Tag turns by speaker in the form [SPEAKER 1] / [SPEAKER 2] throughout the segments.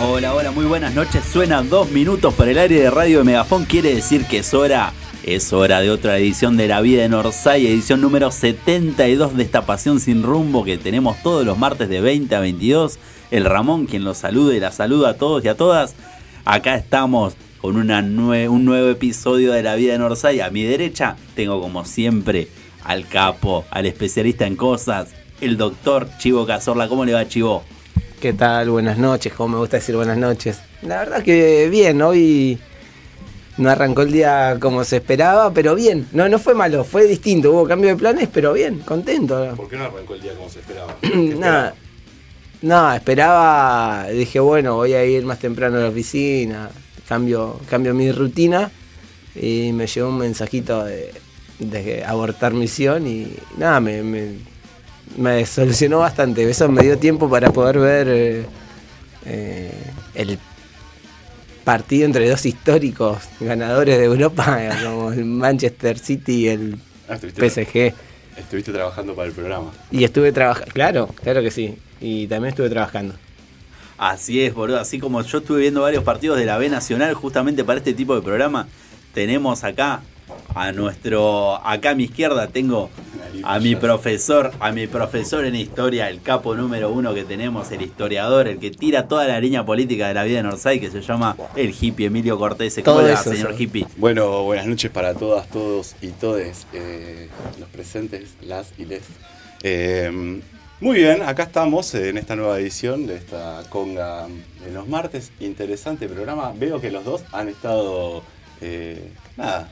[SPEAKER 1] Hola, hola, muy buenas noches. Suenan dos minutos para el aire de Radio de Megafón. Quiere decir que es hora, es hora de otra edición de La Vida en Orsay, edición número 72 de esta pasión sin rumbo que tenemos todos los martes de 20 a 22. El Ramón, quien los salude y la saluda a todos y a todas. Acá estamos con una nue- un nuevo episodio de La Vida en Orsay. A mi derecha tengo como siempre al capo, al especialista en cosas, el doctor Chivo Cazorla. ¿Cómo le va, Chivo?
[SPEAKER 2] ¿Qué tal? Buenas noches, como me gusta decir buenas noches. La verdad que bien, hoy no arrancó el día como se esperaba, pero bien. No, no fue malo, fue distinto, hubo cambio de planes, pero bien, contento.
[SPEAKER 3] ¿Por qué no arrancó el día como se esperaba? Ah,
[SPEAKER 2] Nada. No, esperaba, dije, bueno, voy a ir más temprano a la oficina, cambio, cambio mi rutina y me llegó un mensajito de, de abortar misión y nada, me, me, me solucionó bastante. Eso me dio tiempo para poder ver eh, eh, el partido entre dos históricos ganadores de Europa, como el Manchester City y el
[SPEAKER 3] Ah, estuviste,
[SPEAKER 2] PSG.
[SPEAKER 3] estuviste trabajando para el programa.
[SPEAKER 2] Y estuve trabajando, claro, claro que sí. Y también estuve trabajando.
[SPEAKER 1] Así es, boludo. Así como yo estuve viendo varios partidos de la B Nacional justamente para este tipo de programa, tenemos acá a nuestro. Acá a mi izquierda tengo a mi profesor, a mi profesor en historia, el capo número uno que tenemos, el historiador, el que tira toda la línea política de la vida en Orsay, que se llama el hippie Emilio Cortés. ¿Cómo
[SPEAKER 2] Todo
[SPEAKER 1] le va,
[SPEAKER 2] eso,
[SPEAKER 1] señor
[SPEAKER 2] sí.
[SPEAKER 1] hippie?
[SPEAKER 3] Bueno, buenas noches para todas, todos y todes eh, los presentes, las y les. Eh, muy bien, acá estamos en esta nueva edición de esta conga de los martes. Interesante programa. Veo que los dos han estado. eh, nada.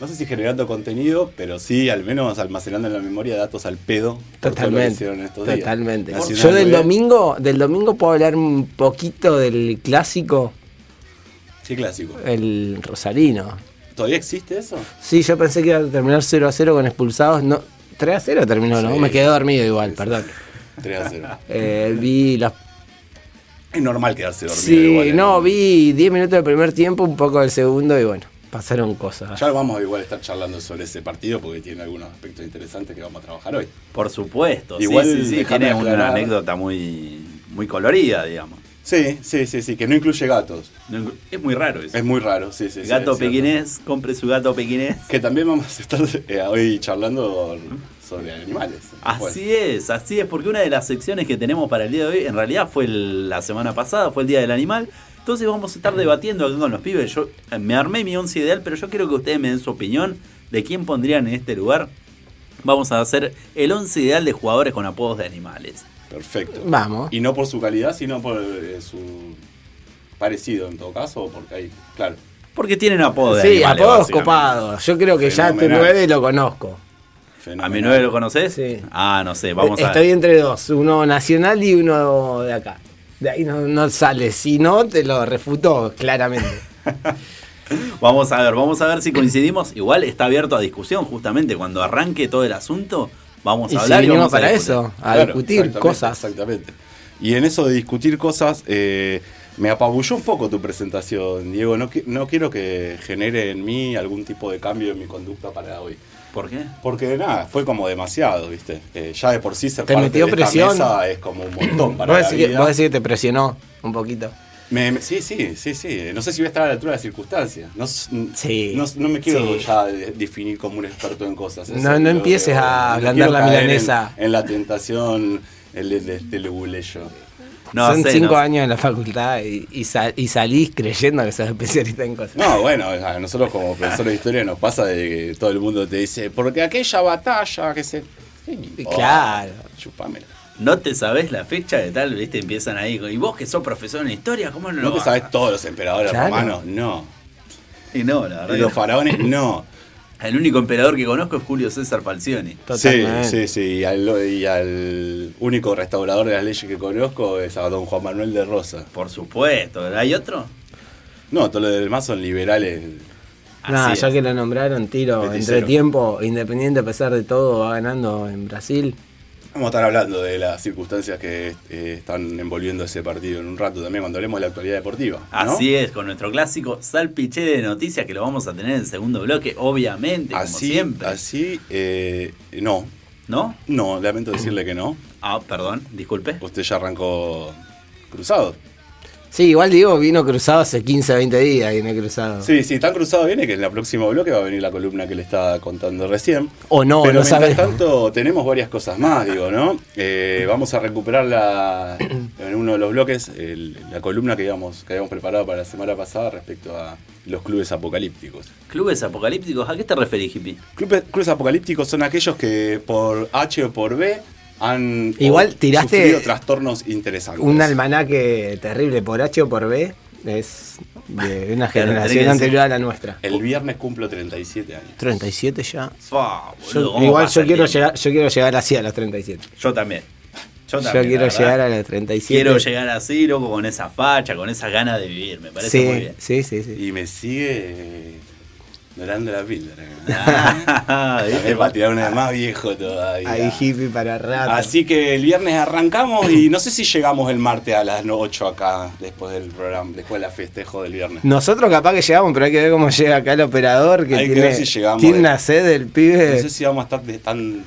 [SPEAKER 3] No sé si generando contenido, pero sí, al menos almacenando en la memoria datos al pedo. por todo lo que
[SPEAKER 2] Totalmente.
[SPEAKER 3] hicieron estos días.
[SPEAKER 2] Totalmente.
[SPEAKER 3] Nacional,
[SPEAKER 2] Yo
[SPEAKER 3] muy
[SPEAKER 2] del
[SPEAKER 3] bien.
[SPEAKER 2] domingo, del domingo puedo hablar un poquito del clásico,
[SPEAKER 3] Qué clásico.
[SPEAKER 2] el Rosarino.
[SPEAKER 3] ¿Todavía existe eso?
[SPEAKER 2] Sí, yo pensé que iba a terminar 0 a 0 con expulsados. No, 3 a 0 terminó, ¿no?
[SPEAKER 3] Sí.
[SPEAKER 2] Me quedé dormido igual, perdón.
[SPEAKER 3] 3 a 0.
[SPEAKER 2] Eh, vi los
[SPEAKER 3] Es normal quedarse dormido. igual,
[SPEAKER 2] Sí,
[SPEAKER 3] ¿eh?
[SPEAKER 2] no, vi 10 minutos del primer tiempo, un poco del segundo y bueno, pasaron cosas.
[SPEAKER 3] Ya vamos a igual a estar charlando sobre ese partido porque tiene algunos aspectos interesantes que vamos a trabajar hoy.
[SPEAKER 1] Por supuesto, sí,
[SPEAKER 3] Igual,
[SPEAKER 1] sí, sí,
[SPEAKER 3] déjame
[SPEAKER 1] Tiene una
[SPEAKER 3] aclarar.
[SPEAKER 1] anécdota muy, muy colorida, digamos.
[SPEAKER 3] Sí, sí, sí, sí, que no incluye gatos.
[SPEAKER 1] No- Es muy raro eso.
[SPEAKER 3] Es muy raro, sí, sí. sí,
[SPEAKER 1] gato
[SPEAKER 3] es cierto.
[SPEAKER 1] pequinés, compre su gato pequinés.
[SPEAKER 3] Que también vamos a estar eh, hoy charlando sobre animales.
[SPEAKER 1] Así es, así es, porque una de las secciones que tenemos para el día de hoy, en realidad fue el- la semana pasada, fue el Día del Animal. Entonces vamos a estar debatiendo acá con los pibes. Yo eh, me armé mi once ideal, pero yo quiero que ustedes me den su opinión de quién pondrían en este lugar. Vamos a hacer el once ideal de jugadores con apodos de animales.
[SPEAKER 3] Perfecto.
[SPEAKER 2] Vamos.
[SPEAKER 3] Y no por su calidad, sino por eh, su parecido en todo caso, porque hay, claro,
[SPEAKER 1] Porque tienen apodos de
[SPEAKER 2] Sí,
[SPEAKER 1] animales.
[SPEAKER 2] apodos
[SPEAKER 1] básicamente.
[SPEAKER 2] copados. Yo creo que ya este
[SPEAKER 3] Fenomenal.
[SPEAKER 2] 9 lo conozco.
[SPEAKER 1] ¿A
[SPEAKER 3] fenomenal.
[SPEAKER 1] mi nueve lo conoces?
[SPEAKER 2] Sí.
[SPEAKER 1] Ah, no sé, vamos
[SPEAKER 2] Estoy
[SPEAKER 1] a.
[SPEAKER 2] entre dos, uno nacional y uno de acá. De ahí no, no sale, si no te lo refutó claramente.
[SPEAKER 1] Vamos a ver, vamos a ver si coincidimos. Igual está abierto a discusión, justamente. Cuando arranque todo el asunto, vamos
[SPEAKER 2] y
[SPEAKER 1] a
[SPEAKER 2] si
[SPEAKER 1] hablar y
[SPEAKER 2] venimos
[SPEAKER 1] vamos a
[SPEAKER 2] para
[SPEAKER 1] discutir.
[SPEAKER 2] eso, a
[SPEAKER 3] Claro,
[SPEAKER 2] discutir
[SPEAKER 3] exactamente,
[SPEAKER 2] cosas.
[SPEAKER 3] Exactamente. Y en eso de discutir cosas, eh, me apabulló un poco tu presentación, Diego. No, qui- no quiero que genere en mí algún tipo de cambio en mi conducta para hoy.
[SPEAKER 1] ¿Por qué?
[SPEAKER 3] Porque de nada, fue como demasiado, ¿viste? Eh, ya de por sí ser
[SPEAKER 2] Te
[SPEAKER 3] parte
[SPEAKER 2] metió
[SPEAKER 3] de
[SPEAKER 2] presión.
[SPEAKER 3] esta mesa es como un montón para
[SPEAKER 2] Vos
[SPEAKER 3] la
[SPEAKER 2] decís, que,
[SPEAKER 3] vida.
[SPEAKER 2] vos decís que te presionó un poquito.
[SPEAKER 3] Me- me- sí, sí, sí, sí. No sé si voy a estar a la altura de las circunstancias. No, s-
[SPEAKER 2] Sí,
[SPEAKER 3] no, no me quiero
[SPEAKER 2] sí.
[SPEAKER 3] ya de- definir como un experto en cosas. Eso
[SPEAKER 2] No- no
[SPEAKER 3] creo que-
[SPEAKER 2] empieces a
[SPEAKER 3] no
[SPEAKER 2] ablandar
[SPEAKER 3] quiero
[SPEAKER 2] la
[SPEAKER 3] caer en-
[SPEAKER 2] milanesa.
[SPEAKER 3] En, la tentación el- el- del teleguleyo.
[SPEAKER 2] Son
[SPEAKER 1] sé,
[SPEAKER 2] cinco
[SPEAKER 1] no sé.
[SPEAKER 2] años en la facultad y, y sal- y salís creyendo que sos especialista en cosas.
[SPEAKER 3] No, bueno, a nosotros como profesores de historia nos pasa de que todo el mundo te dice, porque aquella batalla que se... Sí,
[SPEAKER 2] Y
[SPEAKER 3] oh,
[SPEAKER 2] claro.
[SPEAKER 3] Chupámela.
[SPEAKER 1] No te sabes la fecha de tal, viste, empiezan ahí. Y vos que sos profesor en historia, ¿cómo no lo
[SPEAKER 3] ¿No te
[SPEAKER 1] vas a-
[SPEAKER 3] sabes todos los emperadores
[SPEAKER 2] Claro.
[SPEAKER 3] romanos? No.
[SPEAKER 1] Y no, la
[SPEAKER 3] ¿Y los
[SPEAKER 1] verdad.
[SPEAKER 3] faraones? No.
[SPEAKER 1] que- El único emperador que conozco es Julio César Falcioni.
[SPEAKER 2] Totalmente.
[SPEAKER 3] Sí, sí, sí. Y al, y al único restaurador de las leyes que conozco es a don Juan Manuel de Rosa.
[SPEAKER 1] Por supuesto, ¿hay otro?
[SPEAKER 3] No, todos los demás son liberales.
[SPEAKER 2] Nah,
[SPEAKER 1] Así
[SPEAKER 2] ya
[SPEAKER 1] es.
[SPEAKER 2] que lo nombraron, tiro.
[SPEAKER 3] 26.
[SPEAKER 2] Entre tiempo, Independiente, a pesar de todo, va ganando en Brasil.
[SPEAKER 3] Vamos a estar hablando de las circunstancias que eh, están envolviendo ese partido en un rato también cuando hablemos de la actualidad deportiva. ¿no?
[SPEAKER 1] Así es, con nuestro clásico salpiche de noticias que lo vamos a tener en el segundo bloque, obviamente, como
[SPEAKER 3] Así,
[SPEAKER 1] siempre.
[SPEAKER 3] así, eh, no.
[SPEAKER 1] ¿No?
[SPEAKER 3] No, lamento decirle que no.
[SPEAKER 1] Ah, perdón, disculpe.
[SPEAKER 3] Usted ya arrancó cruzado.
[SPEAKER 2] Sí, igual digo, vino cruzado hace 15, 20 días, viene cruzado.
[SPEAKER 3] Sí, sí, tan cruzado viene que en el próximo bloque va a venir la columna que le estaba contando recién.
[SPEAKER 2] O no,
[SPEAKER 3] Pero
[SPEAKER 2] no
[SPEAKER 3] mientras
[SPEAKER 2] sabes.
[SPEAKER 3] tanto tenemos varias cosas más, digo, ¿no? Eh, vamos a recuperar la- en uno de los bloques el- la columna que habíamos, que habíamos preparado para la semana pasada respecto a los clubes apocalípticos.
[SPEAKER 1] Clubes apocalípticos, ¿a qué te referís, hippie?
[SPEAKER 3] Clubes, clubes apocalípticos son aquellos que por H o por B han
[SPEAKER 2] Igual
[SPEAKER 3] o-
[SPEAKER 2] tiraste
[SPEAKER 3] sufrido trastornos interesantes.
[SPEAKER 2] Un almanaque terrible por H o por B es de una
[SPEAKER 1] Claro, tenés que
[SPEAKER 2] generación
[SPEAKER 1] decir.
[SPEAKER 2] anterior a la nuestra.
[SPEAKER 3] El viernes cumplo 37 años.
[SPEAKER 2] 37 ya.
[SPEAKER 1] Fua,
[SPEAKER 2] Yo-
[SPEAKER 1] boludo, ¿cómo
[SPEAKER 2] igual
[SPEAKER 1] pasa
[SPEAKER 2] yo
[SPEAKER 1] el
[SPEAKER 2] quiero,
[SPEAKER 1] tiempo?
[SPEAKER 2] llegar, yo quiero llegar así a los 37.
[SPEAKER 1] Yo también. Yo
[SPEAKER 2] Yo,
[SPEAKER 1] también,
[SPEAKER 2] quiero
[SPEAKER 1] la verdad.
[SPEAKER 2] llegar a los 37.
[SPEAKER 1] Quiero llegar así, loco, con esa facha, con esa gana de vivir, me parece
[SPEAKER 2] sí,
[SPEAKER 1] muy bien.
[SPEAKER 2] sí, sí, sí.
[SPEAKER 3] Y me sigue dorando la píldora.
[SPEAKER 1] Ah, ¿Viste?
[SPEAKER 3] También va a tirar una de más viejo todavía.
[SPEAKER 2] Hay hippie para rato.
[SPEAKER 3] Así que el viernes arrancamos y no sé si llegamos el martes a las 8 acá, después del programa, después de la festejo del viernes.
[SPEAKER 2] Nosotros capaz que llegamos, pero hay que ver cómo llega acá el operador que
[SPEAKER 3] Hay que
[SPEAKER 2] tiene,
[SPEAKER 3] ver si llegamos,
[SPEAKER 2] tiene
[SPEAKER 3] eh.
[SPEAKER 2] una sed del pibe.
[SPEAKER 3] No sé si vamos a estar de- tan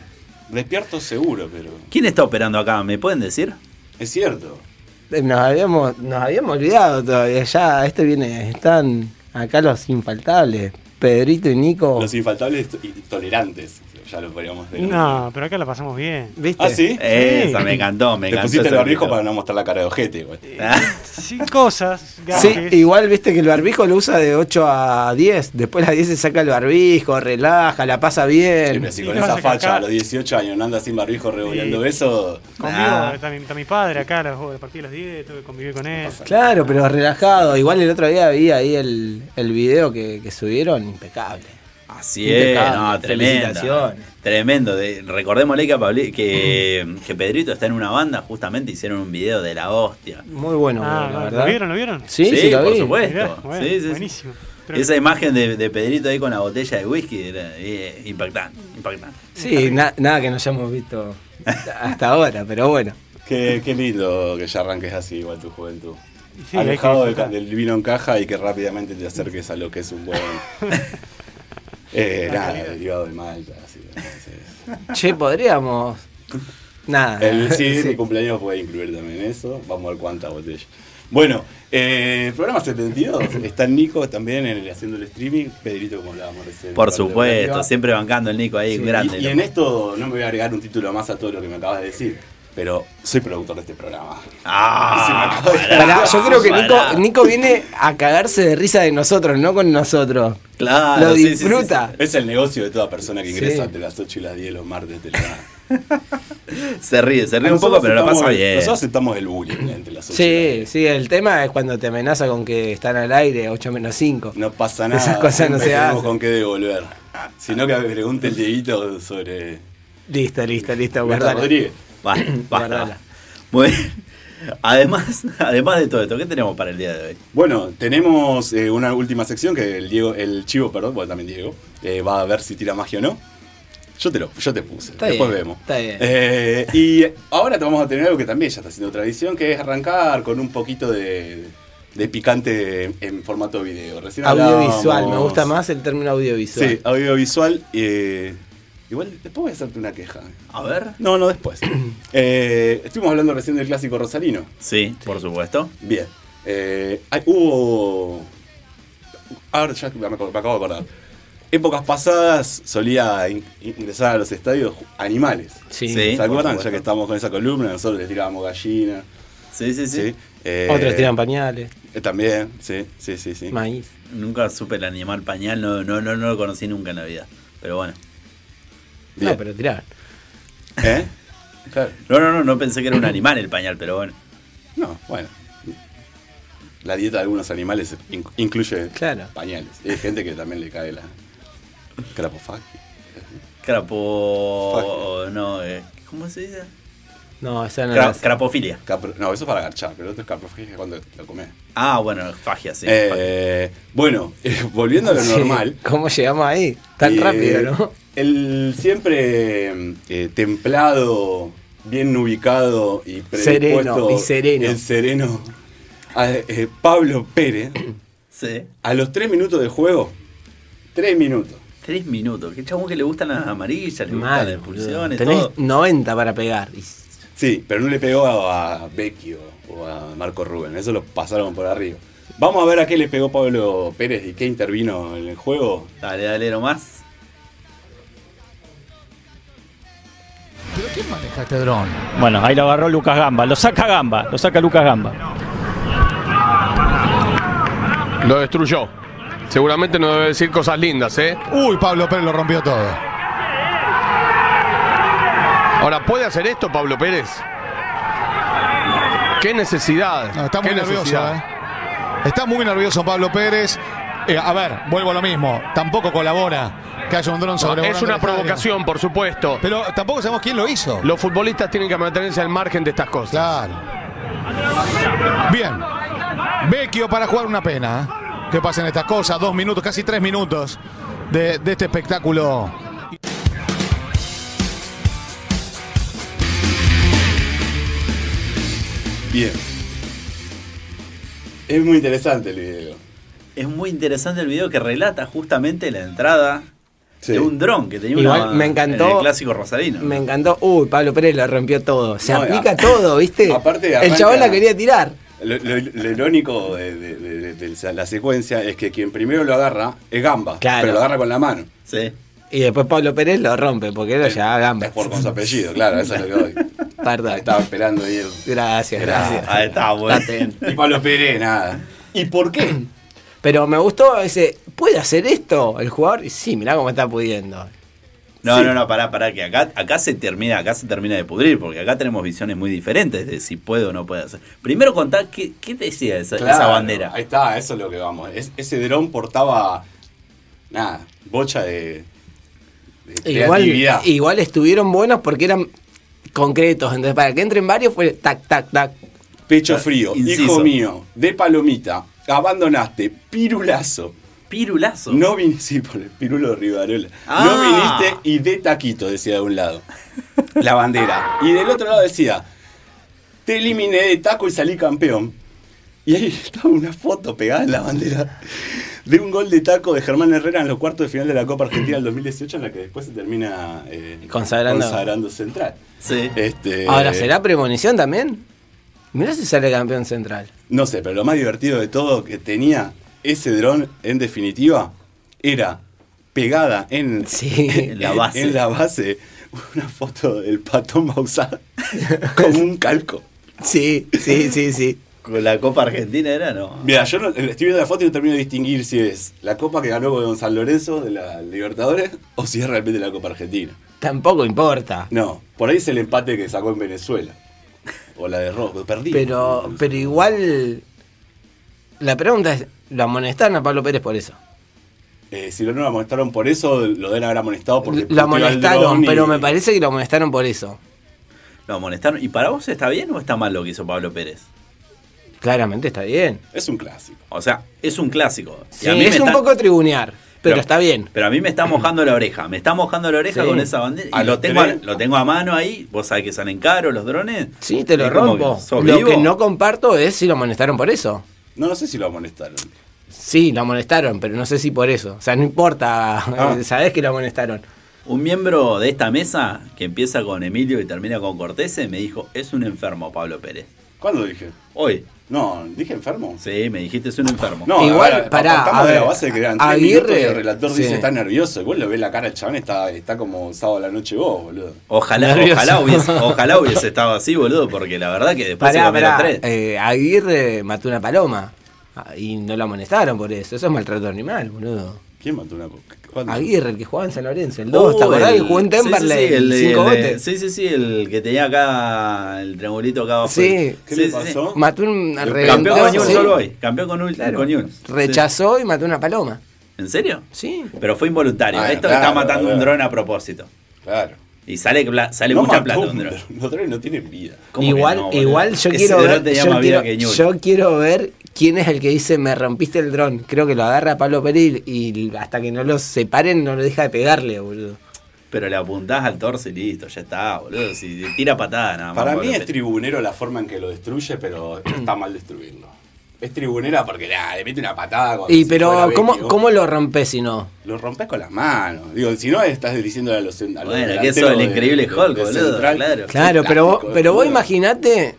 [SPEAKER 3] despiertos seguro, pero
[SPEAKER 1] ¿Quién está operando acá? ¿Me pueden decir?
[SPEAKER 3] es cierto.
[SPEAKER 2] Eh, Nos habíamos, nos habíamos olvidado todavía. Ya, este viene, están acá los infaltables. Pedrito y Nico.
[SPEAKER 3] Los infaltables to- y tolerantes, ya lo podríamos decir.
[SPEAKER 4] No, pero acá la pasamos bien.
[SPEAKER 2] ¿Viste?
[SPEAKER 3] ¿Ah, sí?
[SPEAKER 1] Esa, me encantó, Eh, me
[SPEAKER 3] Te
[SPEAKER 1] encantó. Ah.
[SPEAKER 3] pusiste el
[SPEAKER 1] ese
[SPEAKER 3] barbijo
[SPEAKER 1] video.
[SPEAKER 3] para no mostrar la cara de ojete, güey.
[SPEAKER 4] Sí, cosas.
[SPEAKER 2] Sí,
[SPEAKER 4] gajes.
[SPEAKER 2] igual viste que el barbijo lo usa de 8 a 10. Después a las 10 se saca el barbijo, relaja, la pasa
[SPEAKER 3] Sí,
[SPEAKER 2] bien.
[SPEAKER 3] pero si
[SPEAKER 4] Sí,
[SPEAKER 3] con
[SPEAKER 4] no,
[SPEAKER 3] esa
[SPEAKER 4] se caca.
[SPEAKER 3] facha a los 18 años no anda sin barbijo revolviendo
[SPEAKER 4] Sí.
[SPEAKER 3] eso,
[SPEAKER 4] Conmigo
[SPEAKER 1] Ah.
[SPEAKER 4] está, mi, está mi padre acá, a las- a partir de las 10, tuve que convivir con él.
[SPEAKER 2] Claro, pero relajado. Igual el otro día vi ahí el, el video que, que subieron, impecable.
[SPEAKER 1] Así es,
[SPEAKER 2] Impecable,
[SPEAKER 1] no, tremendo.
[SPEAKER 2] felicitaciones.
[SPEAKER 1] Tremendo. De- Recordémosle que, a Pabli- que, que Pedrito está en una banda, justamente hicieron un video de la hostia.
[SPEAKER 2] Muy bueno,
[SPEAKER 4] Ah,
[SPEAKER 2] la
[SPEAKER 4] ¿lo
[SPEAKER 2] verdad.
[SPEAKER 4] vieron? ¿Lo vieron?
[SPEAKER 2] Sí, sí, lo
[SPEAKER 1] por
[SPEAKER 2] vi.
[SPEAKER 1] supuesto.
[SPEAKER 4] Mirá, bueno,
[SPEAKER 1] Sí, sí, sí.
[SPEAKER 4] buenísimo. Pero-
[SPEAKER 1] Esa imagen de, de Pedrito ahí con la botella de whisky era eh, impactante, impactante.
[SPEAKER 2] Sí, na- nada que no hayamos visto hasta ahora, pero bueno.
[SPEAKER 3] qué, qué lindo que ya arranques así igual tu juventud.
[SPEAKER 4] sí, hay que
[SPEAKER 3] Alejado del,
[SPEAKER 4] disfrutar.
[SPEAKER 3] del vino en caja y que rápidamente te acerques a lo que es un buen... eh, nada, derivado de Malta. así, entonces.
[SPEAKER 2] Che, podríamos. Nada.
[SPEAKER 3] El, sí,
[SPEAKER 2] Ah, sí.
[SPEAKER 3] mi cumpleaños puede incluir también eso. Vamos a ver cuánta botella. Bueno, eh, programa 72. Está Nico también en el- haciendo el streaming. Pedrito, como hablábamos recién.
[SPEAKER 1] Por
[SPEAKER 3] parte
[SPEAKER 1] supuesto,
[SPEAKER 3] operativa.
[SPEAKER 1] siempre bancando el Nico ahí,
[SPEAKER 2] Sí,
[SPEAKER 1] grande.
[SPEAKER 3] Y, y en e-
[SPEAKER 1] loco.
[SPEAKER 3] esto no me voy a agregar un título más a todo lo que me acabas de decir, pero soy productor de este programa.
[SPEAKER 1] Ah,
[SPEAKER 3] Se me acaba de-
[SPEAKER 2] Pará, yo creo que
[SPEAKER 1] pará.
[SPEAKER 2] Nico, Nico viene a cagarse de risa de nosotros, no con nosotros.
[SPEAKER 1] Claro,
[SPEAKER 2] lo
[SPEAKER 1] sí, sí, sí, sí.
[SPEAKER 2] disfruta.
[SPEAKER 3] Es el negocio de toda persona que ingresa
[SPEAKER 2] Sí.
[SPEAKER 3] entre las 8 y las 10 los martes de la
[SPEAKER 1] Se ríe, se ríe un
[SPEAKER 3] Nosotros
[SPEAKER 1] poco, pero la
[SPEAKER 3] aceptamos
[SPEAKER 1] pasa
[SPEAKER 3] el-
[SPEAKER 1] bien.
[SPEAKER 3] Nosotros aceptamos el bullying entre las 8 y las
[SPEAKER 2] Sí,
[SPEAKER 3] 10.
[SPEAKER 2] sí, el tema es cuando te amenaza con que están al aire 8 menos 5.
[SPEAKER 3] No pasa nada.
[SPEAKER 2] Esas cosas no
[SPEAKER 3] siempre
[SPEAKER 2] se
[SPEAKER 3] tenemos
[SPEAKER 2] hacen.
[SPEAKER 3] con qué devolver. Sino que me pregunte el Dieguito sobre.
[SPEAKER 2] Listo, listo, listo,
[SPEAKER 3] Mirta
[SPEAKER 2] guardala.
[SPEAKER 3] Rodríguez.
[SPEAKER 1] Basta, basta,
[SPEAKER 2] Guardala.
[SPEAKER 1] basta. Muy bien. Además, además de todo esto, ¿qué tenemos para el día de hoy?
[SPEAKER 3] Bueno, tenemos eh, una última sección que el Diego, el Chivo, perdón, bueno, también Diego, eh, va a ver si tira magia o no. Yo te lo, yo te puse,
[SPEAKER 2] Está
[SPEAKER 3] después
[SPEAKER 2] bien,
[SPEAKER 3] vemos.
[SPEAKER 2] está bien.
[SPEAKER 3] Eh, y ahora te vamos a tener algo que también ya está siendo tradición, que es arrancar con un poquito de, de picante en formato video. Recién
[SPEAKER 2] Audiovisual, me
[SPEAKER 3] hablábamos-
[SPEAKER 2] gusta más el término audiovisual.
[SPEAKER 3] Sí, audiovisual. eh, igual después voy a hacerte una queja.
[SPEAKER 1] A ver.
[SPEAKER 3] No, no, después. Eh, estuvimos hablando recién del clásico Rosalino.
[SPEAKER 1] Sí, por supuesto.
[SPEAKER 3] Bien. Eh, hay- hubo. Ahora ya me, acuerdo- me acabo de acordar. Épocas pasadas solía in- ingresar a los estadios animales.
[SPEAKER 2] Sí.
[SPEAKER 1] Sí.
[SPEAKER 3] ¿Se acuerdan?
[SPEAKER 1] por
[SPEAKER 3] Ya que
[SPEAKER 1] supuesto.
[SPEAKER 3] estábamos con esa columna, nosotros les tirábamos gallina.
[SPEAKER 1] Sí, sí, sí.
[SPEAKER 3] ¿sí? Eh,
[SPEAKER 2] Otros tiran pañales,
[SPEAKER 3] eh, También, sí, sí, sí. sí.
[SPEAKER 2] maíz.
[SPEAKER 1] Nunca supe el animal pañal, no, no, no, no lo conocí nunca en la vida. Pero bueno.
[SPEAKER 3] Bien.
[SPEAKER 2] No, pero tirar.
[SPEAKER 3] ¿Eh? Claro.
[SPEAKER 1] No, no, no, no pensé que era un animal el pañal, pero bueno.
[SPEAKER 3] No, bueno. La dieta de algunos animales in- incluye
[SPEAKER 2] Claro.
[SPEAKER 3] pañales. Hay gente que también le cae la crapofagia.
[SPEAKER 1] Crapo. No, eh, ¿cómo se dice?
[SPEAKER 2] No, esa no
[SPEAKER 1] Cra-
[SPEAKER 2] la hace.
[SPEAKER 1] crapofilia.
[SPEAKER 3] Capro- no, eso es para agarchar, pero el otro es caprofagia cuando lo comes.
[SPEAKER 1] Ah, bueno, fagia, sí. fagia.
[SPEAKER 3] Eh, bueno, volviendo a lo
[SPEAKER 2] Sí,
[SPEAKER 3] normal.
[SPEAKER 2] ¿Cómo llegamos ahí? Tan
[SPEAKER 3] eh,
[SPEAKER 2] rápido, ¿no?
[SPEAKER 3] El siempre eh, templado, bien ubicado y predispuesto.
[SPEAKER 2] Sereno, y sereno.
[SPEAKER 3] El sereno. a- eh, Pablo Pérez,
[SPEAKER 1] Sí.
[SPEAKER 3] a los tres minutos de juego, tres minutos.
[SPEAKER 1] Tres minutos. Qué chabón que le gustan las amarillas, le gustan
[SPEAKER 2] Mal,
[SPEAKER 1] las
[SPEAKER 2] boludo.
[SPEAKER 1] expulsiones,
[SPEAKER 2] Tenés
[SPEAKER 1] todo.
[SPEAKER 2] 90 para pegar. Y-
[SPEAKER 3] Sí, pero no le pegó a, a Vecchio. o a Marco Rubén. Eso lo pasaron por arriba. Vamos a ver a qué le pegó Pablo Pérez y qué intervino en el juego.
[SPEAKER 1] Dale, dale nomás.
[SPEAKER 5] ¿Pero quién maneja este dron?
[SPEAKER 6] Bueno, ahí lo agarró Lucas Gamba. Lo saca Gamba, lo saca Lucas Gamba.
[SPEAKER 7] Lo destruyó. Seguramente no debe decir cosas lindas, ¿eh?
[SPEAKER 5] Uy, Pablo Pérez lo rompió todo.
[SPEAKER 7] Ahora, ¿puede hacer esto Pablo Pérez? ¿Qué necesidad?
[SPEAKER 5] No, Ah, está muy
[SPEAKER 7] ¿Qué
[SPEAKER 5] nervioso,
[SPEAKER 7] necesidad?
[SPEAKER 5] ¿eh? Está muy nervioso Pablo Pérez. Eh, a ver, vuelvo a lo mismo. Tampoco colabora que haya un dron sobre
[SPEAKER 7] Es una provocación, por supuesto.
[SPEAKER 5] Pero tampoco sabemos quién lo hizo.
[SPEAKER 7] Los futbolistas tienen que mantenerse al margen de estas cosas.
[SPEAKER 5] Claro. Bien. Vecchio para jugar una pena. ¿eh? Que pasen estas cosas. Dos minutos, casi tres minutos de, de este espectáculo.
[SPEAKER 3] Bien. Es muy interesante el video.
[SPEAKER 1] Es muy interesante el video que relata justamente la entrada
[SPEAKER 3] Sí.
[SPEAKER 1] de un dron que tenía
[SPEAKER 2] Igual
[SPEAKER 1] una-
[SPEAKER 2] me encantó-
[SPEAKER 1] en el clásico rosarino.
[SPEAKER 2] Me encantó. Uy, Pablo Pérez lo rompió todo. Se
[SPEAKER 3] No,
[SPEAKER 2] aplica
[SPEAKER 3] a-
[SPEAKER 2] todo, ¿viste?
[SPEAKER 3] aparte,
[SPEAKER 2] el
[SPEAKER 3] arranca-
[SPEAKER 2] chaval la quería tirar.
[SPEAKER 3] Lo, lo- lo irónico de, de- de- de- de la secuencia es que quien primero lo agarra es Gamba,
[SPEAKER 2] Claro.
[SPEAKER 3] pero lo agarra con la mano.
[SPEAKER 1] Sí.
[SPEAKER 2] Y después Pablo Pérez lo rompe, porque era ya gamba.
[SPEAKER 3] Es por con su apellido, claro, eso es lo que voy.
[SPEAKER 2] Perdón.
[SPEAKER 3] Ahí Estaba esperando ahí el-
[SPEAKER 2] Gracias, gracias.
[SPEAKER 1] Ahí está, bueno.
[SPEAKER 2] Atento.
[SPEAKER 3] Y Pablo Pérez, nada. ¿Y por qué?
[SPEAKER 2] Pero me gustó ese. ¿Puede hacer esto el jugador? Y sí, mirá cómo está pudiendo.
[SPEAKER 1] No,
[SPEAKER 3] Sí.
[SPEAKER 1] no, no, pará, pará, que acá, acá se termina, acá se termina de pudrir, porque acá tenemos visiones muy diferentes de si puedo o no puedo hacer. Primero contá qué, qué decía esa, esa
[SPEAKER 3] Claro,
[SPEAKER 1] bandera.
[SPEAKER 3] Ahí está, eso es lo que vamos. Es- ese dron portaba, nada, bocha de, de
[SPEAKER 2] Igual,
[SPEAKER 3] creatividad.
[SPEAKER 2] igual estuvieron buenos porque eran concretos. Entonces, para que entren varios fue tac, tac, tac.
[SPEAKER 3] Pecho frío,
[SPEAKER 1] Inciso.
[SPEAKER 3] hijo mío, de palomita, abandonaste, pirulazo.
[SPEAKER 1] Pirulazo.
[SPEAKER 3] No viniste, sí, por el pirulo de Rivarola.
[SPEAKER 1] Ah.
[SPEAKER 3] No viniste y de taquito, decía de un lado. La bandera. Y del otro lado decía, te eliminé de taco y salí campeón. Y ahí estaba una foto pegada en la bandera de un gol de taco de Germán Herrera en los cuartos de final de la Copa Argentina del 2018, en la que después se termina eh,
[SPEAKER 2] Consagrando.
[SPEAKER 3] consagrando central.
[SPEAKER 1] Sí.
[SPEAKER 3] Este,
[SPEAKER 2] Ahora, ¿será premonición también? Mirá si sale campeón central.
[SPEAKER 3] No sé, pero lo más divertido de todo que tenía ese dron, en definitiva, era pegada en,
[SPEAKER 2] Sí.
[SPEAKER 1] En la base.
[SPEAKER 3] en la base una foto del patón Mausá como un calco.
[SPEAKER 2] Sí, sí, sí, sí.
[SPEAKER 1] Con la Copa Argentina era, no.
[SPEAKER 3] Mira, yo no- estoy viendo la foto y no termino de distinguir si es la copa que ganó con San Lorenzo de la Libertadores o si es realmente la Copa Argentina.
[SPEAKER 2] Tampoco importa.
[SPEAKER 3] No, por ahí es el empate que sacó en Venezuela. O la de Rojo, perdí.
[SPEAKER 2] Pero, pero igual. La pregunta es: ¿lo amonestaron a Pablo Pérez por eso?
[SPEAKER 3] Eh, si no lo amonestaron por eso, lo deben haber amonestado porque.
[SPEAKER 2] Lo
[SPEAKER 3] puteó al
[SPEAKER 2] amonestaron,
[SPEAKER 3] dron y-
[SPEAKER 2] pero me parece que lo amonestaron por eso.
[SPEAKER 1] Lo amonestaron. ¿Y para vos está bien o está mal lo que hizo Pablo Pérez?
[SPEAKER 2] Claramente está bien.
[SPEAKER 3] Es un clásico.
[SPEAKER 1] O sea, es un clásico. Y
[SPEAKER 2] Sí,
[SPEAKER 1] a mí me
[SPEAKER 2] es un
[SPEAKER 1] está-
[SPEAKER 2] poco tribunear, pero,
[SPEAKER 1] Pero-
[SPEAKER 2] está bien.
[SPEAKER 1] Pero a mí me está mojando la oreja. Me está mojando la oreja
[SPEAKER 2] Sí.
[SPEAKER 1] con esa bandera.
[SPEAKER 3] ¿A
[SPEAKER 1] Y lo
[SPEAKER 3] los
[SPEAKER 1] tengo, a,
[SPEAKER 3] tres?
[SPEAKER 1] lo tengo a mano ahí. Vos sabés que salen caros los drones.
[SPEAKER 2] Sí, te lo
[SPEAKER 1] Es como
[SPEAKER 2] rompo.
[SPEAKER 1] que sos
[SPEAKER 2] Lo
[SPEAKER 1] vivo.
[SPEAKER 2] que no comparto es si lo amonestaron por eso.
[SPEAKER 3] No, no sé si lo amonestaron.
[SPEAKER 2] Sí, lo amonestaron, pero no sé si por eso. O sea, no importa.
[SPEAKER 3] Ah.
[SPEAKER 2] Sabés que lo amonestaron.
[SPEAKER 1] Un miembro de esta mesa, que empieza con Emilio y termina con Cortese, me dijo, es un enfermo Pablo Pérez.
[SPEAKER 3] ¿Cuándo dije?
[SPEAKER 1] Hoy,
[SPEAKER 3] No, dije enfermo.
[SPEAKER 1] sí, me dijiste, es un enfermo.
[SPEAKER 3] No,
[SPEAKER 2] Igual,
[SPEAKER 3] a ver,
[SPEAKER 2] pará,
[SPEAKER 3] partamos
[SPEAKER 2] a
[SPEAKER 3] de la
[SPEAKER 2] ver,
[SPEAKER 3] base de que eran
[SPEAKER 2] a-
[SPEAKER 3] tres minutos y
[SPEAKER 2] Aguirre,
[SPEAKER 3] el relator
[SPEAKER 2] sí.
[SPEAKER 3] dice está nervioso. Igual lo ve la cara del chabón, está, está como sábado a la noche vos, boludo.
[SPEAKER 1] Ojalá,
[SPEAKER 2] Nervioso.
[SPEAKER 1] ojalá, hubiese, ojalá hubiese estado así, boludo, porque la verdad que después se
[SPEAKER 2] Pará,
[SPEAKER 1] comieron
[SPEAKER 2] pará.
[SPEAKER 1] tres.
[SPEAKER 2] eh, Aguirre mató una paloma ah, y no lo amonestaron por eso. Eso es maltrato animal, boludo.
[SPEAKER 3] ¿Quién mató una coca? ¿Cuándo?
[SPEAKER 2] Aguirre, el que jugaba en San Lorenzo, el 2,
[SPEAKER 1] dos
[SPEAKER 2] ¿te acordás? que jugó en Temperley,
[SPEAKER 1] Uh, sí, sí, el, de- el
[SPEAKER 2] cinco
[SPEAKER 1] de-
[SPEAKER 2] botes.
[SPEAKER 1] sí, sí, sí, el que tenía acá el triangulito acá abajo.
[SPEAKER 2] Sí.
[SPEAKER 1] Sí,
[SPEAKER 3] ¿Qué le
[SPEAKER 1] sí,
[SPEAKER 3] pasó?
[SPEAKER 1] sí.
[SPEAKER 2] Mató un
[SPEAKER 3] Campeón
[SPEAKER 2] reventó,
[SPEAKER 1] Campeón con
[SPEAKER 2] sí.
[SPEAKER 1] Newell's solo hoy. Campeón con, Newell's-
[SPEAKER 2] Claro.
[SPEAKER 1] con Newell's. Sí.
[SPEAKER 2] Rechazó y mató una paloma.
[SPEAKER 1] ¿En serio?
[SPEAKER 2] Sí.
[SPEAKER 1] Pero fue involuntario.
[SPEAKER 3] Ah,
[SPEAKER 1] Esto
[SPEAKER 3] claro,
[SPEAKER 1] está matando un
[SPEAKER 3] claro.
[SPEAKER 1] dron a propósito.
[SPEAKER 3] Claro.
[SPEAKER 1] Y sale, pla- sale
[SPEAKER 3] No
[SPEAKER 1] mucha
[SPEAKER 3] mató
[SPEAKER 1] plata
[SPEAKER 3] un
[SPEAKER 1] un dron.
[SPEAKER 3] dron. Los drones no tienen vida.
[SPEAKER 1] ¿Cómo que
[SPEAKER 2] Igual,
[SPEAKER 1] no, boludo?
[SPEAKER 2] igual yo
[SPEAKER 1] Ese
[SPEAKER 2] quiero
[SPEAKER 1] dron
[SPEAKER 2] ver.
[SPEAKER 1] tenía
[SPEAKER 2] Yo
[SPEAKER 1] más vida
[SPEAKER 2] quiero,
[SPEAKER 1] que Newell's.
[SPEAKER 2] yo quiero ver quién es el que dice me rompiste el dron. Creo que lo agarra Pablo Pérez y, y hasta que no lo separen no lo deja de pegarle, boludo.
[SPEAKER 1] Pero le apuntás al torso y listo, ya está, boludo. Si te tira patada nada más.
[SPEAKER 3] Para
[SPEAKER 1] boludo.
[SPEAKER 3] mí es tribunero la forma en que lo destruye, pero está mal destruirlo. Es tribunera porque nah, le mete una patada cuando
[SPEAKER 2] Y
[SPEAKER 3] se juega
[SPEAKER 2] pero
[SPEAKER 3] Becky,
[SPEAKER 2] ¿cómo,
[SPEAKER 3] vos.
[SPEAKER 2] cómo lo rompes si no?
[SPEAKER 3] Lo rompes con las manos. Digo, si no estás diciéndole a los. a los
[SPEAKER 1] Bueno, que
[SPEAKER 3] delanteros
[SPEAKER 1] eso es el
[SPEAKER 3] de-
[SPEAKER 1] increíble
[SPEAKER 3] de-
[SPEAKER 1] Hulk,
[SPEAKER 3] de
[SPEAKER 1] boludo,
[SPEAKER 3] Central,
[SPEAKER 1] claro.
[SPEAKER 2] Claro,
[SPEAKER 3] Sí,
[SPEAKER 2] pero,
[SPEAKER 3] plástico,
[SPEAKER 2] pero vos
[SPEAKER 3] boludo.
[SPEAKER 2] imaginate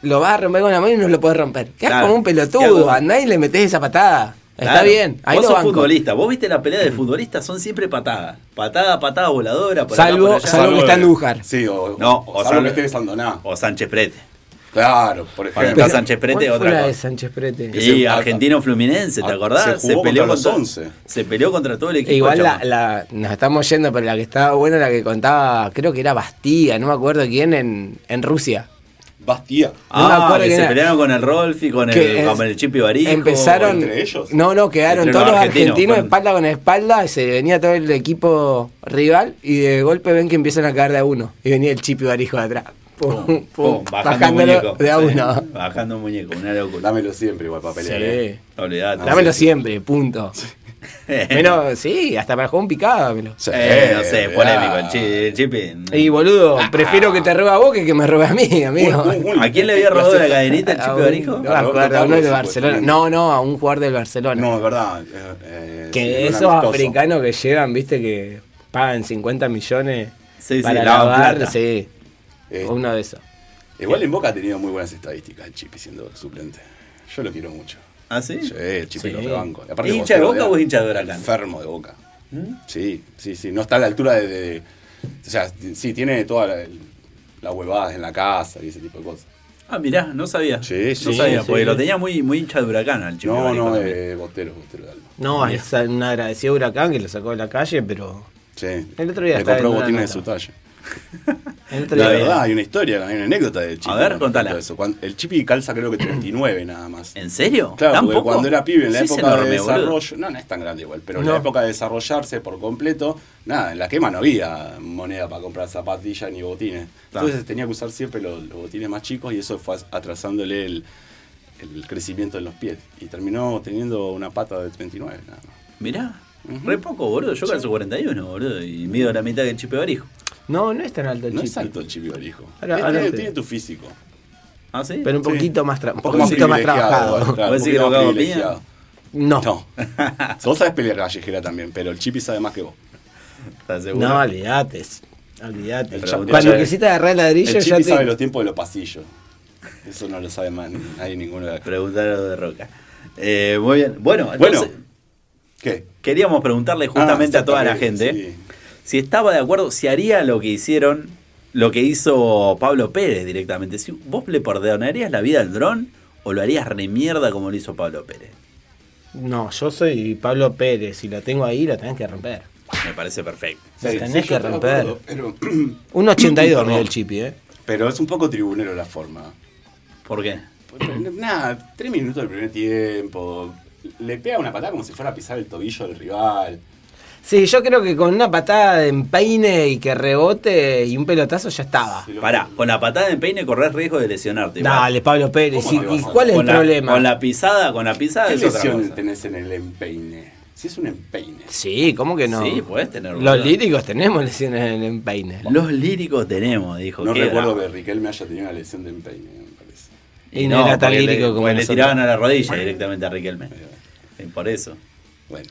[SPEAKER 2] lo vas a romper con la mano y no lo puedes romper. Quedás
[SPEAKER 1] Claro.
[SPEAKER 2] como un
[SPEAKER 1] Quedás como-
[SPEAKER 2] pelotudo, andá y le metés esa patada. Está
[SPEAKER 1] Claro.
[SPEAKER 2] bien, ahí
[SPEAKER 1] vos
[SPEAKER 2] lo
[SPEAKER 1] sos
[SPEAKER 2] banco.
[SPEAKER 1] futbolista, vos viste la pelea de futbolistas, son siempre patadas. Patada, patada voladora, por acá, por
[SPEAKER 2] Salvo,
[SPEAKER 1] allá.
[SPEAKER 2] salvo que está en Dújar.
[SPEAKER 3] Sí, o,
[SPEAKER 1] No,
[SPEAKER 3] o,
[SPEAKER 1] o
[SPEAKER 3] salvo
[SPEAKER 1] salvo-
[SPEAKER 3] que esté besando nada.
[SPEAKER 1] O Sánchez Prete.
[SPEAKER 3] Claro, por
[SPEAKER 1] Cuando
[SPEAKER 3] ejemplo.
[SPEAKER 1] está Sánchez Prete,
[SPEAKER 2] ¿Cuál fue
[SPEAKER 1] otra
[SPEAKER 2] la de
[SPEAKER 1] cosa.
[SPEAKER 2] Sánchez Prete?
[SPEAKER 3] Ese
[SPEAKER 1] Y
[SPEAKER 3] empata.
[SPEAKER 1] Argentino Fluminense, ¿te
[SPEAKER 3] Ah, se
[SPEAKER 1] acordás?
[SPEAKER 3] jugó contra los 11.
[SPEAKER 1] Se peleó contra todo el equipo.
[SPEAKER 2] Igual la,
[SPEAKER 1] chabón.
[SPEAKER 2] la- nos estamos yendo, pero la que estaba buena, la que contaba, creo que era Bastía, no me acuerdo quién, en, en Rusia.
[SPEAKER 3] Bastía.
[SPEAKER 2] no me
[SPEAKER 1] Ah,
[SPEAKER 2] acuerdo
[SPEAKER 1] que
[SPEAKER 2] quién
[SPEAKER 1] se
[SPEAKER 2] era.
[SPEAKER 1] pelearon con el Rolfi, con
[SPEAKER 2] Que
[SPEAKER 1] el,
[SPEAKER 2] es-
[SPEAKER 1] con el Chipi Barico.
[SPEAKER 2] Empezaron.
[SPEAKER 3] ¿Entre ellos?
[SPEAKER 2] No, no, quedaron
[SPEAKER 1] Entre
[SPEAKER 2] todos
[SPEAKER 1] los
[SPEAKER 2] los
[SPEAKER 1] argentinos,
[SPEAKER 2] argentinos,
[SPEAKER 1] fueron.
[SPEAKER 2] espalda con espalda. y Se venía todo el equipo rival y de golpe ven que empiezan a caer de a uno. Y venía el Chipi Barijo de atrás. Pum, pum,
[SPEAKER 1] Pum, bajando un
[SPEAKER 2] bajándolo
[SPEAKER 1] muñeco.
[SPEAKER 2] de a
[SPEAKER 1] Sí,
[SPEAKER 2] uno.
[SPEAKER 1] Bajando un muñeco, una locura.
[SPEAKER 3] Dámelo siempre igual para pelear.
[SPEAKER 2] Sí.
[SPEAKER 3] ¿eh?
[SPEAKER 1] Olvidate.
[SPEAKER 2] Dámelo siempre, punto.
[SPEAKER 1] Menos.
[SPEAKER 2] Menos, sí, hasta para jugar un picado dámelo.
[SPEAKER 3] Sí,
[SPEAKER 1] eh, no sé,
[SPEAKER 3] mirá.
[SPEAKER 1] polémico. El chi- el Chipi.
[SPEAKER 2] Y boludo,
[SPEAKER 1] Ah.
[SPEAKER 2] prefiero que te roba a vos que que me robe a mí, amigo.
[SPEAKER 3] Un- un-
[SPEAKER 1] ¿A quién le había robado la cadenita el
[SPEAKER 2] A
[SPEAKER 1] Chipi
[SPEAKER 2] un-
[SPEAKER 1] Barico?
[SPEAKER 2] No, me acuerdo,
[SPEAKER 3] Roberto
[SPEAKER 2] a uno del
[SPEAKER 3] Carlos,
[SPEAKER 2] Barcelona.
[SPEAKER 3] supuestamente.
[SPEAKER 2] No, no, a un jugador del Barcelona.
[SPEAKER 3] No, es verdad. eh, eh, sí,
[SPEAKER 2] que
[SPEAKER 3] era un
[SPEAKER 2] esos
[SPEAKER 3] amistoso.
[SPEAKER 2] africanos que llegan, viste, que pagan 50 millones
[SPEAKER 1] Sí, sí,
[SPEAKER 2] para
[SPEAKER 1] lavan
[SPEAKER 2] lavar,
[SPEAKER 1] plata.
[SPEAKER 2] sí.
[SPEAKER 3] Eh,
[SPEAKER 2] Uno de esos.
[SPEAKER 3] Igual en Boca ha tenido muy buenas estadísticas el Chipi siendo suplente. Yo lo quiero mucho.
[SPEAKER 1] ¿Ah, sí?
[SPEAKER 3] Sí, el Chipi
[SPEAKER 1] Sí.
[SPEAKER 3] lo rebanco. Y
[SPEAKER 1] ¿Hincha de
[SPEAKER 3] lo
[SPEAKER 1] Boca
[SPEAKER 3] odias.
[SPEAKER 1] o hincha de Huracán? ¿Mm?
[SPEAKER 3] Enfermo de Boca. Sí, sí, sí. No está a la altura de... de- o sea, sí, tiene toda la, la huevada en la casa y ese tipo de cosas.
[SPEAKER 1] Ah, mirá, no sabía.
[SPEAKER 3] Sí,
[SPEAKER 1] no
[SPEAKER 3] sí,
[SPEAKER 1] sabía,
[SPEAKER 2] sí.
[SPEAKER 1] porque lo tenía muy, muy hincha de huracán al Chipi
[SPEAKER 3] No,
[SPEAKER 1] Barico
[SPEAKER 3] no,
[SPEAKER 1] también.
[SPEAKER 3] eh, Botero, Botero de alma.
[SPEAKER 2] No,
[SPEAKER 1] Bien.
[SPEAKER 2] es un agradecido huracán que lo sacó de la calle, pero
[SPEAKER 3] Sí.
[SPEAKER 2] El otro día
[SPEAKER 3] Le
[SPEAKER 2] estaba
[SPEAKER 3] compró
[SPEAKER 2] en una
[SPEAKER 3] botines de
[SPEAKER 2] nota.
[SPEAKER 3] su talla.
[SPEAKER 2] el otro
[SPEAKER 3] La
[SPEAKER 2] día-
[SPEAKER 3] verdad, hay una historia, hay una anécdota del Chipi.
[SPEAKER 1] A ver,
[SPEAKER 3] con respecto
[SPEAKER 1] contala.
[SPEAKER 3] a eso. Cuando- el Chipi calza creo que 39 nada más.
[SPEAKER 2] Eh,
[SPEAKER 1] ¿En serio?
[SPEAKER 3] Claro,
[SPEAKER 1] ¿Tan
[SPEAKER 3] porque
[SPEAKER 1] poco?
[SPEAKER 3] cuando era pibe, en la
[SPEAKER 1] Sí, es
[SPEAKER 3] época
[SPEAKER 1] enorme,
[SPEAKER 3] de
[SPEAKER 1] boludo.
[SPEAKER 3] desarrollo, no, no es tan grande igual, pero en la
[SPEAKER 2] No.
[SPEAKER 3] época de desarrollarse por completo, nada, en la quema no había moneda para comprar zapatillas ni botines.
[SPEAKER 1] Claro.
[SPEAKER 3] Entonces tenía que usar siempre los, los botines más chicos y eso fue as- atrasándole el, el crecimiento en los pies. Y terminó teniendo una pata de 39, nada más.
[SPEAKER 1] Mirá, re poco, boludo. Yo calzo 41, boludo, y mido la mitad que el Chipi Barijo.
[SPEAKER 2] No, no es tan alto el
[SPEAKER 3] No
[SPEAKER 2] chip.
[SPEAKER 3] es alto el chipi hijo.
[SPEAKER 2] Ahora,
[SPEAKER 3] Tiene-
[SPEAKER 2] ahora
[SPEAKER 3] tiene,
[SPEAKER 2] te-
[SPEAKER 3] tiene tu físico.
[SPEAKER 1] ¿Ah, sí?
[SPEAKER 2] Pero un
[SPEAKER 3] Sí.
[SPEAKER 2] poquito más, tra- un
[SPEAKER 3] Un poco más
[SPEAKER 2] poquito más
[SPEAKER 3] privilegiado,
[SPEAKER 2] trabajado.
[SPEAKER 3] claro, un
[SPEAKER 1] ¿Vos decís
[SPEAKER 3] poquito
[SPEAKER 1] que
[SPEAKER 3] más
[SPEAKER 1] Boca
[SPEAKER 3] privilegiado.
[SPEAKER 2] No.
[SPEAKER 3] No. vos sabés pelear callejera también, pero el chipi sabe más que vos.
[SPEAKER 1] ¿Estás seguro?
[SPEAKER 2] No, olvidate. Olvidate.
[SPEAKER 3] El
[SPEAKER 1] Chapo-
[SPEAKER 2] Cuando
[SPEAKER 1] el-
[SPEAKER 2] quisiste agarrar el ladrillo,
[SPEAKER 3] El
[SPEAKER 2] ya
[SPEAKER 3] chipi
[SPEAKER 2] te.
[SPEAKER 3] sabe los tiempos de los pasillos. Eso no lo sabe más ni- nadie ninguno de acá.
[SPEAKER 1] Preguntar a lo de Roca. Eh, muy bien. Bueno,
[SPEAKER 3] Bueno,
[SPEAKER 1] entonces,
[SPEAKER 3] ¿Qué?
[SPEAKER 1] queríamos preguntarle justamente
[SPEAKER 3] Ah,
[SPEAKER 1] a toda la
[SPEAKER 3] exactamente,
[SPEAKER 1] gente si estaba de acuerdo, si haría lo que hicieron, lo que hizo Pablo Pérez directamente. Si ¿Vos le perdonarías la vida al dron o lo harías re mierda como lo hizo Pablo Pérez?
[SPEAKER 2] No, yo soy Pablo Pérez. Si lo tengo ahí, lo tenés que romper.
[SPEAKER 1] Me parece perfecto.
[SPEAKER 3] Sí,
[SPEAKER 2] Lo
[SPEAKER 3] sí,
[SPEAKER 2] tenés
[SPEAKER 3] sí,
[SPEAKER 2] que
[SPEAKER 3] yo estoy de
[SPEAKER 2] romper.
[SPEAKER 3] acuerdo, pero,
[SPEAKER 2] Un 82
[SPEAKER 3] Perdón.
[SPEAKER 2] mide el chipi, ¿eh?
[SPEAKER 3] pero es un poco tribunero la forma.
[SPEAKER 1] ¿Por qué?
[SPEAKER 3] Porque, Nada, tres minutos del primer tiempo. Le pega una patada como si fuera a pisar el tobillo del rival.
[SPEAKER 2] Sí, yo creo que con una patada de empeine y que rebote y un pelotazo ya estaba.
[SPEAKER 3] Sí, lo-
[SPEAKER 1] Pará, con la patada de peine corres riesgo de lesionarte. igual.
[SPEAKER 2] Dale, Pablo Pérez.
[SPEAKER 3] ¿Cómo
[SPEAKER 2] ¿Y,
[SPEAKER 3] no te
[SPEAKER 2] y
[SPEAKER 3] vas a-
[SPEAKER 2] cuál es
[SPEAKER 1] con
[SPEAKER 2] el
[SPEAKER 1] la,
[SPEAKER 2] problema?
[SPEAKER 1] Con la pisada, con la pisada
[SPEAKER 3] ¿Qué
[SPEAKER 1] Ah, es otra
[SPEAKER 3] lesión
[SPEAKER 1] cosa.
[SPEAKER 3] tenés en el empeine? Si es un empeine.
[SPEAKER 2] Sí, ¿cómo que no?
[SPEAKER 1] Sí, podés tener,
[SPEAKER 2] Los
[SPEAKER 1] boludo.
[SPEAKER 2] líricos tenemos lesiones en el empeine.
[SPEAKER 1] Los líricos tenemos, dijo.
[SPEAKER 3] No
[SPEAKER 1] qué
[SPEAKER 3] recuerdo
[SPEAKER 1] drama.
[SPEAKER 3] que Riquelme haya tenido una lesión de empeine, me parece.
[SPEAKER 2] Y no era tan
[SPEAKER 1] porque le-
[SPEAKER 2] lírico como
[SPEAKER 1] porque le
[SPEAKER 2] nosotros.
[SPEAKER 1] tiraban a la rodilla directamente a Riquelme.
[SPEAKER 3] Ahí va.
[SPEAKER 1] Eh, Por eso.
[SPEAKER 3] Bueno,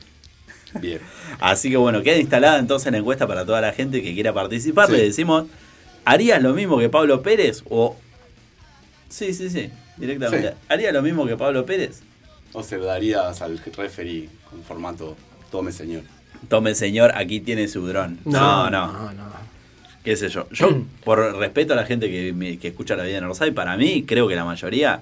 [SPEAKER 3] bien.
[SPEAKER 1] Así que bueno, queda instalada entonces la encuesta para toda la gente que quiera participar.
[SPEAKER 3] Sí.
[SPEAKER 1] Le decimos, ¿harías lo mismo que Pablo Pérez o... Sí, sí, sí, directamente.
[SPEAKER 3] Sí.
[SPEAKER 1] ¿Harías lo mismo que Pablo Pérez?
[SPEAKER 3] O se lo darías al referee con formato tome señor.
[SPEAKER 1] Tome señor, aquí tiene su dron. no. no. qué sé yo. Yo, por respeto a la gente que, me- que escucha la vida en Orsay, para mí, creo que la mayoría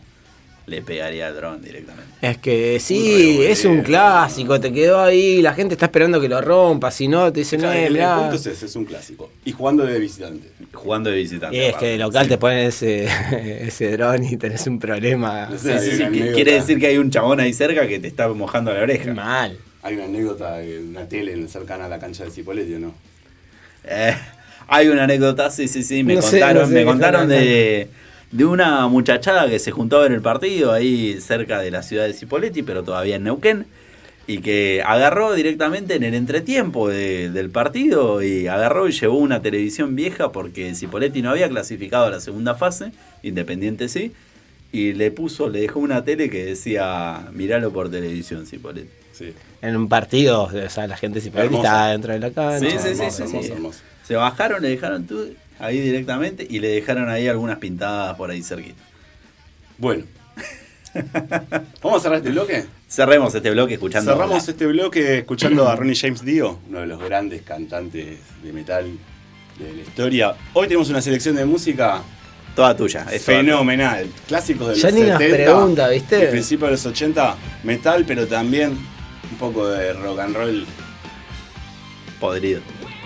[SPEAKER 1] le pegaría al dron directamente.
[SPEAKER 2] Es que
[SPEAKER 3] Un
[SPEAKER 2] sí,
[SPEAKER 1] eh,
[SPEAKER 3] revoleo.
[SPEAKER 2] es un clásico, te quedó ahí, la gente está esperando que lo rompa, si no te dicen,
[SPEAKER 3] Claro,
[SPEAKER 2] eh,
[SPEAKER 3] el, el
[SPEAKER 2] mirá".
[SPEAKER 3] punto es ese, es un clásico. Y jugando de visitante.
[SPEAKER 1] Jugando de visitante.
[SPEAKER 2] Y es
[SPEAKER 1] aparte.
[SPEAKER 2] que de local te ponen ese, ese dron y tenés un problema
[SPEAKER 3] No sé,
[SPEAKER 1] Sí, sí, sí,
[SPEAKER 3] Hay una
[SPEAKER 1] que-
[SPEAKER 3] anécdota.
[SPEAKER 1] quiere decir que hay un chabón ahí cerca que te está mojando la oreja.
[SPEAKER 2] mal.
[SPEAKER 3] Hay una anécdota de una tele cercana a la cancha de Cipolletti, ¿o ¿no?
[SPEAKER 1] Eh, hay una anécdota, sí, sí, sí, me
[SPEAKER 2] No sé,
[SPEAKER 1] contaron,
[SPEAKER 2] no sé
[SPEAKER 1] me
[SPEAKER 2] qué
[SPEAKER 1] contaron
[SPEAKER 2] están
[SPEAKER 1] de, de una muchachada que se juntó a ver el partido ahí cerca de la ciudad de Cipoletti, pero todavía en Neuquén, y que agarró directamente en el entretiempo de- del partido y agarró y llevó una televisión vieja porque Cipoletti no había clasificado a la segunda fase, Independiente sí, y le puso, le dejó una tele que decía, miralo por televisión, Cipoletti.
[SPEAKER 3] Sí.
[SPEAKER 2] En un partido, o sea, la gente se
[SPEAKER 3] Hermoso.
[SPEAKER 2] está dentro de la cancha.
[SPEAKER 1] Sí, sí, sí,
[SPEAKER 3] hermoso,
[SPEAKER 1] sí, sí.
[SPEAKER 3] hermoso, hermoso.
[SPEAKER 1] Se bajaron, le dejaron tú ahí directamente y le dejaron ahí algunas pintadas por ahí cerquita.
[SPEAKER 3] Bueno. ¿Vamos a cerrar este bloque?
[SPEAKER 1] Cerremos este bloque escuchando.
[SPEAKER 3] Cerramos este bloque escuchando a Ronnie James Dio, uno de los grandes cantantes de metal de la historia. Hoy tenemos una selección de música
[SPEAKER 1] Toda tuya. es toda
[SPEAKER 3] fenomenal. Clásicos de los
[SPEAKER 2] Ya ni nos
[SPEAKER 3] 70.
[SPEAKER 2] pregunta, ¿viste?
[SPEAKER 3] del principio de los 80, metal, pero también un poco de rock and roll
[SPEAKER 1] tuya. Podrido.